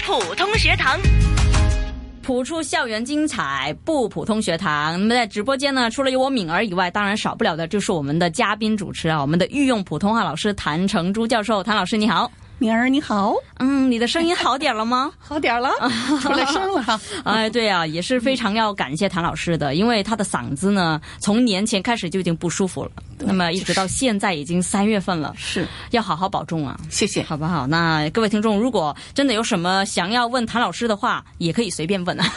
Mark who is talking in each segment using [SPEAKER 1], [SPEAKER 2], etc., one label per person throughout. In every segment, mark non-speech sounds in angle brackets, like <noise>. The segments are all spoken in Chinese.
[SPEAKER 1] 普通学堂。
[SPEAKER 2] 普出校园精彩，不普通学堂。那么在直播间呢，除了有我敏儿以外，当然少不了的就是我们的嘉宾主持啊，我们的御用普通话老师谭成珠教授。谭老师你好，
[SPEAKER 3] 敏儿
[SPEAKER 2] <laughs>
[SPEAKER 3] 你好，
[SPEAKER 2] 嗯，你的声音好点了吗？
[SPEAKER 3] 好点儿了，出来声了哈。
[SPEAKER 2] 哎，对啊，也是非常要感谢谭老师的，因为他的嗓子呢，从年前开始就已经不舒服了，那么一直到现在已经三月份了，
[SPEAKER 3] 是，
[SPEAKER 2] 要好好保重啊。
[SPEAKER 3] 谢谢。
[SPEAKER 2] 好不好？那各位听众，如果真的有什么想要问谭老师的话，也可以随便
[SPEAKER 3] <laughs>
[SPEAKER 2] 问啊，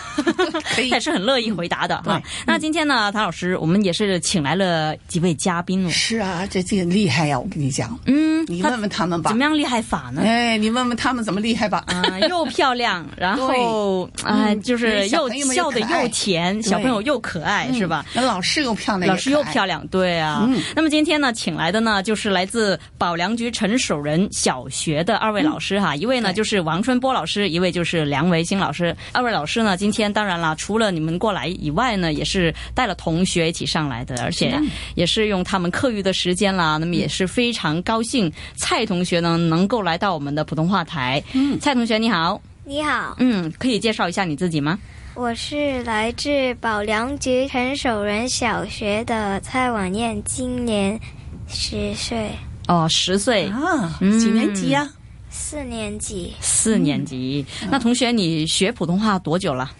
[SPEAKER 3] 可以
[SPEAKER 2] 他也是很乐意回答的哈、
[SPEAKER 3] 对
[SPEAKER 2] 那今天呢，谭老师，我们也是请来了几位嘉宾哦。
[SPEAKER 3] 是啊，这这厉害呀！我跟你讲，
[SPEAKER 2] 嗯，
[SPEAKER 3] 你
[SPEAKER 2] 他
[SPEAKER 3] 问问他们吧
[SPEAKER 2] 怎么。样厉害法呢？
[SPEAKER 3] 哎，你问问他们怎么厉害吧。
[SPEAKER 2] 啊、又漂亮，然后
[SPEAKER 3] 嗯
[SPEAKER 2] 哎、就是
[SPEAKER 3] 小
[SPEAKER 2] 又
[SPEAKER 3] 朋友们又
[SPEAKER 2] 笑的
[SPEAKER 3] 可爱
[SPEAKER 2] 又甜，
[SPEAKER 3] 对
[SPEAKER 2] 小朋友又可爱，是吧？
[SPEAKER 3] 那老师又漂亮，
[SPEAKER 2] 老师又漂
[SPEAKER 3] 亮，
[SPEAKER 2] 亮，对啊。
[SPEAKER 3] 嗯
[SPEAKER 2] 那么今天呢，请来的呢就是来自保良局陈守仁小学的二位老师哈，一位呢
[SPEAKER 3] 对
[SPEAKER 2] 就是王春波老师，一位就是梁维新老师。二位老师呢，今天当然啦，除了你们过来以外呢，也是带了同学一起上来的，而嗯且也是用他们课余的时间啦。那么也是非常高兴，蔡同学呢能够来到我们的普通话台。嗯，蔡同学你好，
[SPEAKER 4] 你好，
[SPEAKER 2] 嗯，可以介绍一下你自己吗？
[SPEAKER 4] 我是来自保良局陈守仁小学的蔡婉燕，今年十岁，
[SPEAKER 2] 哦，十岁。
[SPEAKER 3] 啊，嗯几年级呀？
[SPEAKER 4] 四年级。
[SPEAKER 2] 四年级。那同学，你学普通话多久了？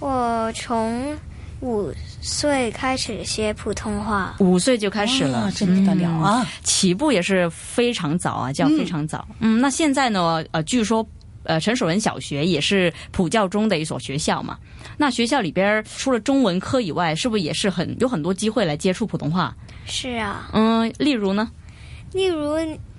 [SPEAKER 4] 我从五岁开始学普通话，
[SPEAKER 2] 五岁就开始
[SPEAKER 3] 哇
[SPEAKER 2] 了，
[SPEAKER 3] 哦
[SPEAKER 2] 嗯
[SPEAKER 3] 真不得了啊！
[SPEAKER 2] 起步也是非常早啊，叫非常早。嗯，那现在呢？呃，据说。呃，陈守仁小学也是普教中的一所学校嘛。那学校里边儿除了中文科以外，是不是也是很有很多机会来接触普通话？
[SPEAKER 4] 是啊。
[SPEAKER 2] 嗯，例如呢？
[SPEAKER 4] 例如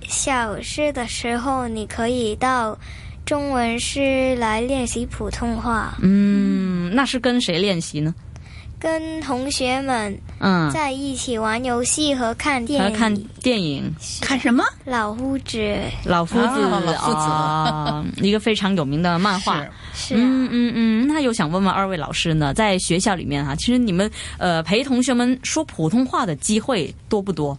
[SPEAKER 4] 小事的时候，你可以到中文室来练习普通话，
[SPEAKER 2] 嗯，那是跟谁练习呢？
[SPEAKER 4] 跟同学们
[SPEAKER 2] 嗯，
[SPEAKER 4] 在一起玩游戏和看电
[SPEAKER 2] 还
[SPEAKER 4] 影。
[SPEAKER 2] 看电影。
[SPEAKER 3] 看什么？
[SPEAKER 4] 老夫子
[SPEAKER 2] 老夫子，
[SPEAKER 3] 啊老夫子
[SPEAKER 2] 啊一个非常有名的漫画。
[SPEAKER 3] 是
[SPEAKER 4] 是啊。
[SPEAKER 2] 嗯嗯嗯，那又想问问二位老师呢，在学校里面哈、其实你们呃陪同学们说普通话的机会多不多？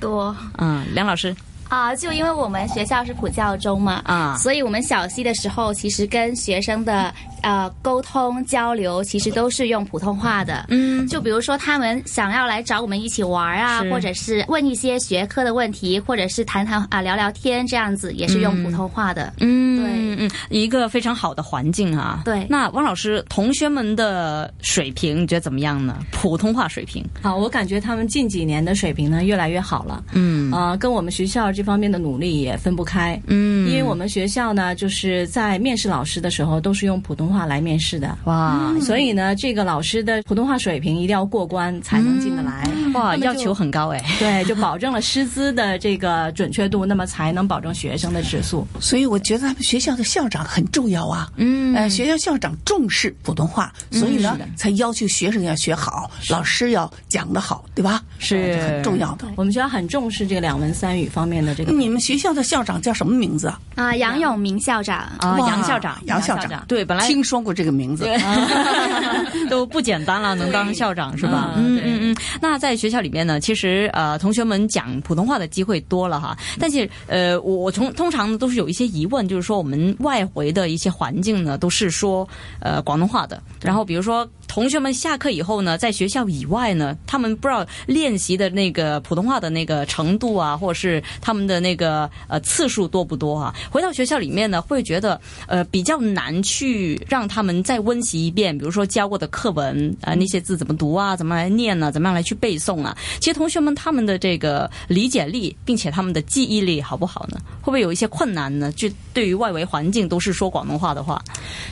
[SPEAKER 5] 多
[SPEAKER 2] 嗯，梁老师
[SPEAKER 5] 啊，就因为我们学校是普教中嘛，
[SPEAKER 2] 啊
[SPEAKER 5] 所以我们小息的时候，其实跟学生的呃沟通交流，其实都是用普通话的。
[SPEAKER 2] 嗯，
[SPEAKER 5] 就比如说他们想要来找我们一起玩儿啊
[SPEAKER 2] 是，
[SPEAKER 5] 或者是问一些学科的问题，或者是谈谈啊聊聊天这样子，也是用普通话的。
[SPEAKER 2] 嗯
[SPEAKER 5] 对
[SPEAKER 2] 嗯嗯，一个非常好的环境啊。
[SPEAKER 5] 对
[SPEAKER 2] 那汪老师，同学们的水平你觉得怎么样呢？普通话水平，
[SPEAKER 6] 啊，我感觉他们近几年的水平呢越来越好了，
[SPEAKER 2] 嗯
[SPEAKER 6] 呃，跟我们学校这方面的努力也分不开。
[SPEAKER 2] 嗯
[SPEAKER 6] 因为我们学校呢，就是在面试老师的时候都是用普通话来面试的，
[SPEAKER 2] 哇
[SPEAKER 6] 所以呢，这个老师的普通话水平一定要过关才能进得来。
[SPEAKER 2] 哇，
[SPEAKER 6] 那么就
[SPEAKER 2] 要求很高哎。
[SPEAKER 6] 对，就保证了师资的这个准确度，那么才能保证学生的指数。
[SPEAKER 3] 所以我觉得他们学校的校长很重要啊。
[SPEAKER 2] 嗯
[SPEAKER 3] 呃，学校校长重视普通话，所以呢，才要求学生要学好，老师要讲得好，对吧？
[SPEAKER 2] 是
[SPEAKER 3] 呃这很重要的。
[SPEAKER 6] 我们学校很重视这个两文三语方面的
[SPEAKER 2] 嗯
[SPEAKER 6] 这个。
[SPEAKER 3] 你们学校的校长叫什么名字啊？
[SPEAKER 5] 啊，杨永明校长
[SPEAKER 2] 啊，
[SPEAKER 3] 哇
[SPEAKER 2] 杨校长，
[SPEAKER 3] 杨校长
[SPEAKER 2] 对，本来
[SPEAKER 3] 听说过这个名字，啊
[SPEAKER 2] <laughs> 都不简单了，能当校长是吧？
[SPEAKER 6] 嗯
[SPEAKER 2] 嗯嗯嗯。那在学校里面呢，其实呃，同学们讲普通话的机会多了哈。但是呃，我我从通常呢都是有一些疑问，就是说我们外回的一些环境呢都是说呃广东话的，然后比如说同学们下课以后呢，在学校以外呢，他们不知道练习的那个普通话的那个程度啊，或者是他们的那个呃次数多不多啊？回到学校里面呢，会觉得呃比较难去让他们再温习一遍，比如说教过的课文啊、呃那些字怎么读啊，怎么来念呢、怎么样来去背诵啊？其实同学们他们的这个理解力，并且他们的记忆力好不好呢？会不会有一些困难呢？就对于外围环境都是说广东话的话，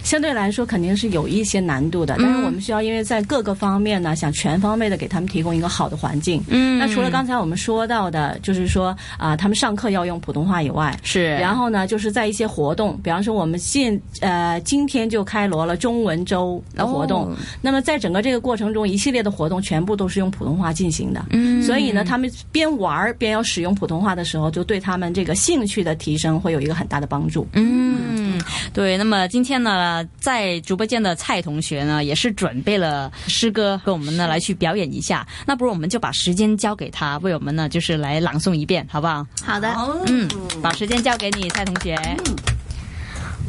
[SPEAKER 6] 相对来说肯定是有一些难度的，但是
[SPEAKER 2] 嗯
[SPEAKER 6] 我们需要因为在各个方面呢，想全方位的给他们提供一个好的环境。
[SPEAKER 2] 嗯
[SPEAKER 6] 那除了刚才我们说到的，就是说啊、他们上课要用普通话以外。
[SPEAKER 2] 是
[SPEAKER 6] 然后呢，就是在一些活动，比方说我们现呃今天就开锣了中文周的活动，
[SPEAKER 2] 哦
[SPEAKER 6] 那么在整个这个过程中，一系列的活动全部都是用普通话进行的。嗯，所以呢，他们边玩儿边要使用普通话的时候，就对他们这个兴趣的提升会有一个很大的帮助。
[SPEAKER 2] 嗯，对。那么今天呢，在直播间的蔡同学呢，也是准备了诗歌跟我们呢来去表演一下。那不如我们就把时间交给他，为我们呢就是来朗诵一遍，好不好？嗯
[SPEAKER 5] 好的，
[SPEAKER 2] 嗯，把时间交给你，蔡同学。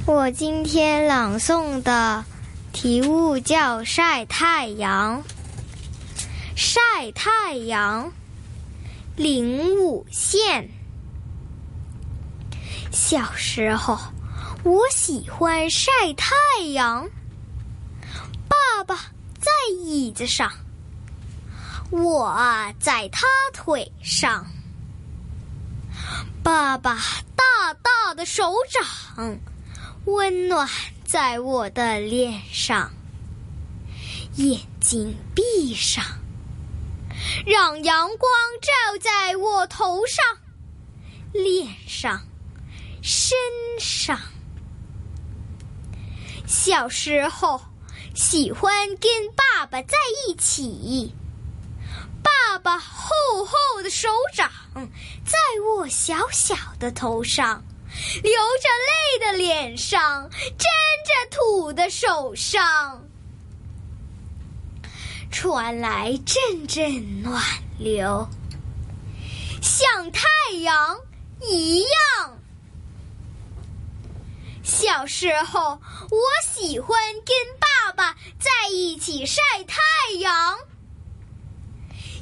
[SPEAKER 4] 我今天朗诵的题目叫《晒太阳》。晒太阳，零五县。小时候，我喜欢晒太阳。爸爸在椅子上，我啊在他腿上。爸爸大大的手掌。温暖在我的脸上，眼睛闭上，让阳光照在我头上、脸上、身上。小时候喜欢跟爸爸在一起，爸爸厚厚的手掌在我小小的头上。流着泪的脸上，沾着土的手上，传来阵阵暖流，像太阳一样。小时候，我喜欢跟爸爸在一起晒太阳。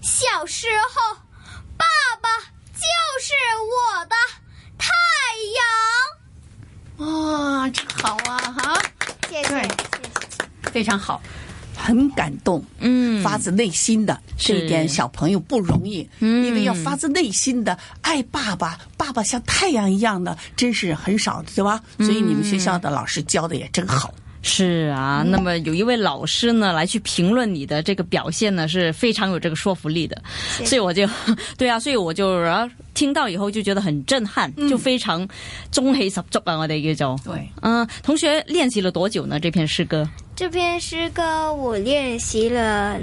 [SPEAKER 4] 小时候，爸爸就是我的。太
[SPEAKER 3] 哇，真好啊！哈，
[SPEAKER 4] 阳，谢谢，
[SPEAKER 3] 对
[SPEAKER 4] 谢谢。
[SPEAKER 2] 非常好，
[SPEAKER 3] 很感动，
[SPEAKER 2] 嗯，
[SPEAKER 3] 发自内心的，这一点
[SPEAKER 2] 是
[SPEAKER 3] 小朋友不容易，
[SPEAKER 2] 嗯
[SPEAKER 3] 因为要发自内心的爱爸爸，爸爸像太阳一样的，真是很少的，对吧？
[SPEAKER 2] 嗯
[SPEAKER 3] 所以你们学校的老师教的也真好。
[SPEAKER 2] 是啊，那么有一位老师呢来去评论你的这个表现呢，是非常有这个说服力的，所以我就 <laughs> 对啊，所以我就然后听到以后就觉得很震撼，就非常中气十足啊！我哋叫做
[SPEAKER 3] 对，
[SPEAKER 2] 嗯，同学练习了多久呢？这篇诗歌
[SPEAKER 4] 这篇诗歌我练习了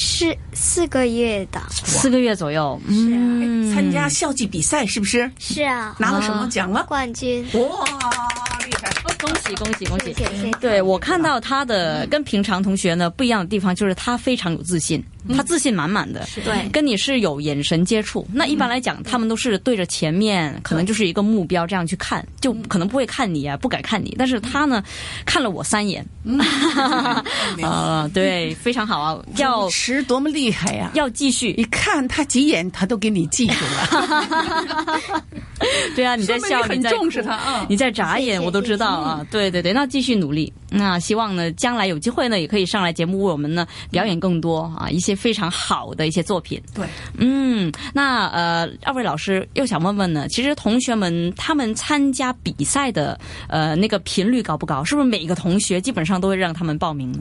[SPEAKER 4] 四四个月的，
[SPEAKER 2] 四个月左右，
[SPEAKER 4] 啊
[SPEAKER 2] 嗯，
[SPEAKER 3] 参加校际比赛是不是
[SPEAKER 4] 是啊，
[SPEAKER 3] 拿了什么奖了？
[SPEAKER 4] 冠军，
[SPEAKER 3] 哇，厉害！
[SPEAKER 2] 恭喜恭喜恭
[SPEAKER 4] 谢
[SPEAKER 2] 喜！
[SPEAKER 4] 谢谢谢。
[SPEAKER 2] 对我看到他的跟平常同学呢不一样的地方，就是他非常有自信，他自信满满的，
[SPEAKER 5] 对
[SPEAKER 2] 跟你嗯是有眼神接触。那一般来讲，他们都是对着前面，可能就是一个目标这样去看，就可能不会看你啊，不敢看你。但是他呢，看了我三眼，
[SPEAKER 3] <laughs>
[SPEAKER 2] 啊， <laughs> 对，非常好啊，要
[SPEAKER 3] 主持哦多么厉害呀！
[SPEAKER 2] 要继
[SPEAKER 3] 你
[SPEAKER 2] 续，
[SPEAKER 3] 看他几眼，他都给你记住了，
[SPEAKER 2] 对 <laughs> 啊，你在
[SPEAKER 3] 说明
[SPEAKER 2] 笑，你
[SPEAKER 3] 很
[SPEAKER 2] 在
[SPEAKER 3] 重
[SPEAKER 2] 哭
[SPEAKER 3] 视他 <laughs> 啊。
[SPEAKER 2] 你在眨眼，
[SPEAKER 4] 谢谢
[SPEAKER 2] 我都知道啊。对对对，那继续努力。那希望呢，将来有机会呢，也可以上来节目为我们呢表演更多啊一些非常好的一些作品。
[SPEAKER 3] 对，
[SPEAKER 2] 嗯，那呃，二位老师又想问问呢，其实同学们他们参加比赛的呃那个频率高不高？是不是每个同学基本上都会让他们报名呢？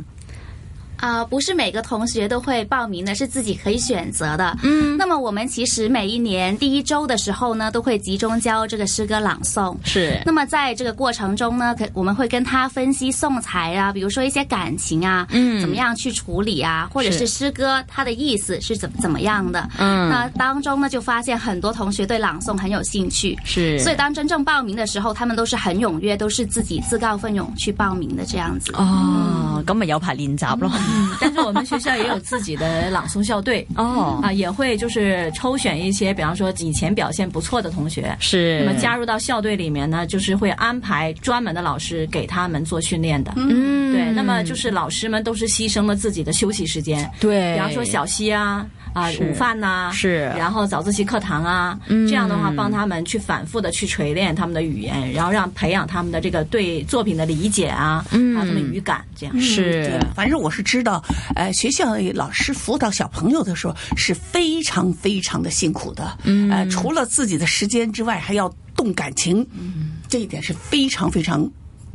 [SPEAKER 5] 啊、不是每个同学都会报名的，是自己可以选择的。嗯，那么我们其实每一年第一周的时候呢，都会集中教这个诗歌朗诵。
[SPEAKER 2] 是
[SPEAKER 5] 那么在这个过程中呢，可我们会跟他分析送材啊，比如说一些感情啊，
[SPEAKER 2] 嗯
[SPEAKER 5] 怎么样去处理啊，或者
[SPEAKER 2] 是
[SPEAKER 5] 是诗歌它的意思是怎么怎么样的。
[SPEAKER 2] 嗯
[SPEAKER 5] 那当中呢，就发现很多同学对朗诵很有兴趣。
[SPEAKER 2] 是，
[SPEAKER 5] 所以，当真正报名的时候，他们都是很踊跃，都是自己自告奋勇去报名的这样子。
[SPEAKER 2] 哦，咁咪有排练习咯。
[SPEAKER 6] 但是我们学校也有自己的朗诵校队
[SPEAKER 2] 哦，
[SPEAKER 6] 啊，也会就是抽选一些，比方说以前表现不错的同学，
[SPEAKER 2] 是
[SPEAKER 6] 那么加入到校队里面呢，就是会安排专门的老师给他们做训练的。
[SPEAKER 2] 嗯
[SPEAKER 6] 对，那么就是老师们都是牺牲了自己的休息时间，
[SPEAKER 2] 对，
[SPEAKER 6] 比方说小息啊。啊，
[SPEAKER 2] 是
[SPEAKER 6] 午饭呐、
[SPEAKER 2] 是
[SPEAKER 6] 然后早自习课堂啊，
[SPEAKER 2] 嗯
[SPEAKER 6] 这样的话帮他们去反复的去锤炼他们的语言，然后让培养他们的这个对作品的理解啊，
[SPEAKER 2] 嗯
[SPEAKER 6] 还有他们语感这样。
[SPEAKER 2] 是。
[SPEAKER 3] 嗯对反正我是知道，呃，学校老师辅导小朋友的时候是非常非常的辛苦的，嗯，呃，除了自己的时间之外，还要动感情，
[SPEAKER 2] 嗯
[SPEAKER 3] 这一点是非常非常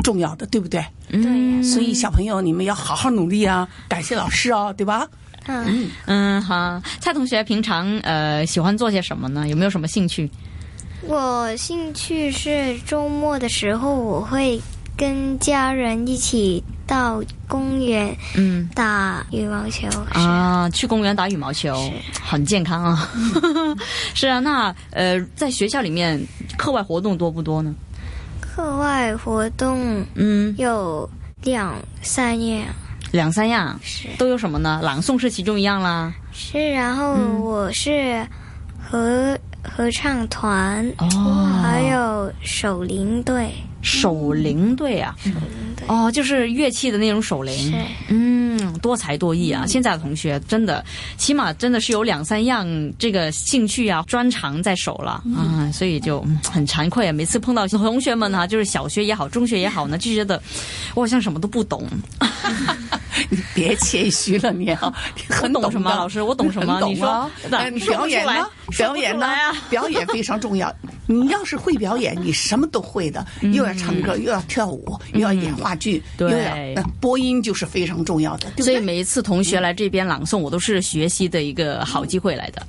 [SPEAKER 3] 重要的，对不对？
[SPEAKER 4] 嗯
[SPEAKER 2] 嗯
[SPEAKER 5] 对，
[SPEAKER 3] 所以小朋友你们要好好努力啊，感谢老师哦，对吧？
[SPEAKER 4] 嗯，
[SPEAKER 2] 嗯，好，蔡同学平常呃喜欢做些什么呢？有没有什么兴趣？
[SPEAKER 4] 我兴趣是周末的时候，我会跟家人一起到公园
[SPEAKER 2] 嗯
[SPEAKER 4] 打羽毛球。是
[SPEAKER 2] 啊，去公园打羽毛球，很健康啊。 <laughs> 是啊，那呃，在学校里面课外活动多不多呢？
[SPEAKER 4] 课外活动
[SPEAKER 2] 嗯，
[SPEAKER 4] 有两三样，
[SPEAKER 2] 两三样，
[SPEAKER 4] 是
[SPEAKER 2] 都有什么呢？朗诵是其中一样啦。
[SPEAKER 4] 是，然后我是合合唱团，
[SPEAKER 2] 哦
[SPEAKER 4] 还有手铃队，
[SPEAKER 2] 手铃队啊，
[SPEAKER 4] 对，
[SPEAKER 2] 哦，就是乐器的那种手铃
[SPEAKER 4] 是，
[SPEAKER 2] 嗯，多才多艺啊！现在的同学真的，起码真的是有两三样这个兴趣啊、专长在手了啊，所以就嗯很惭愧啊。每次碰到同学
[SPEAKER 3] 嗯
[SPEAKER 2] 们啊，就是小学也好、中学也好呢，就觉得我好像什么都不懂，
[SPEAKER 3] 你别谦虚了，你啊，你很
[SPEAKER 2] 我懂
[SPEAKER 3] 懂
[SPEAKER 2] 什么
[SPEAKER 3] 的
[SPEAKER 2] 老师我懂什
[SPEAKER 3] <laughs>
[SPEAKER 2] 么
[SPEAKER 3] 很懂
[SPEAKER 2] 你说
[SPEAKER 3] 啊
[SPEAKER 2] 那
[SPEAKER 3] 哎
[SPEAKER 2] 说不
[SPEAKER 3] 表演
[SPEAKER 2] 出来
[SPEAKER 3] 呢？表演呢
[SPEAKER 2] 说不出来啊？ <laughs>
[SPEAKER 3] 表演非常重要。你要是会表演，你什么都会的，又要唱歌，又要跳舞，又要演话剧，又
[SPEAKER 2] 嗯对
[SPEAKER 3] 要呃播音，就是非常重要的，对不
[SPEAKER 2] 所以
[SPEAKER 3] 对？
[SPEAKER 2] 每一次同学来这边朗诵，我都是学习的一个好机会来的。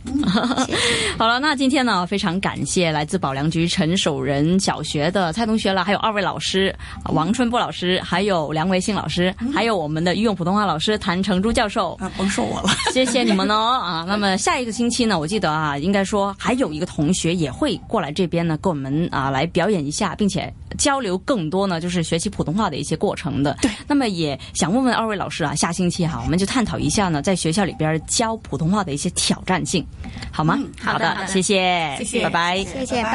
[SPEAKER 2] <laughs> 好了，那今天呢，非常感谢来自保良局陈守仁小学的蔡同学了，还有二位老师王春波老师，还有梁维信老师，还有我们的御用普通话老师谭成珠教授。
[SPEAKER 3] 啊，甭说我了，
[SPEAKER 2] <laughs> 谢谢你们哦啊！那么下一个星期呢，我记得啊，应该说还有一个同学也会过来这边呢，跟我们啊来表演一下，并且交流更多呢，就是学习普通话的一些过程的。
[SPEAKER 3] 对
[SPEAKER 2] 那么也想问问二位老师啊，下星期哈、我们就探讨一下呢，在学校里边教普通话的一些挑战性，好吗？
[SPEAKER 5] 好的好的
[SPEAKER 2] 谢谢，
[SPEAKER 5] 谢谢
[SPEAKER 2] 拜拜。
[SPEAKER 4] 谢谢。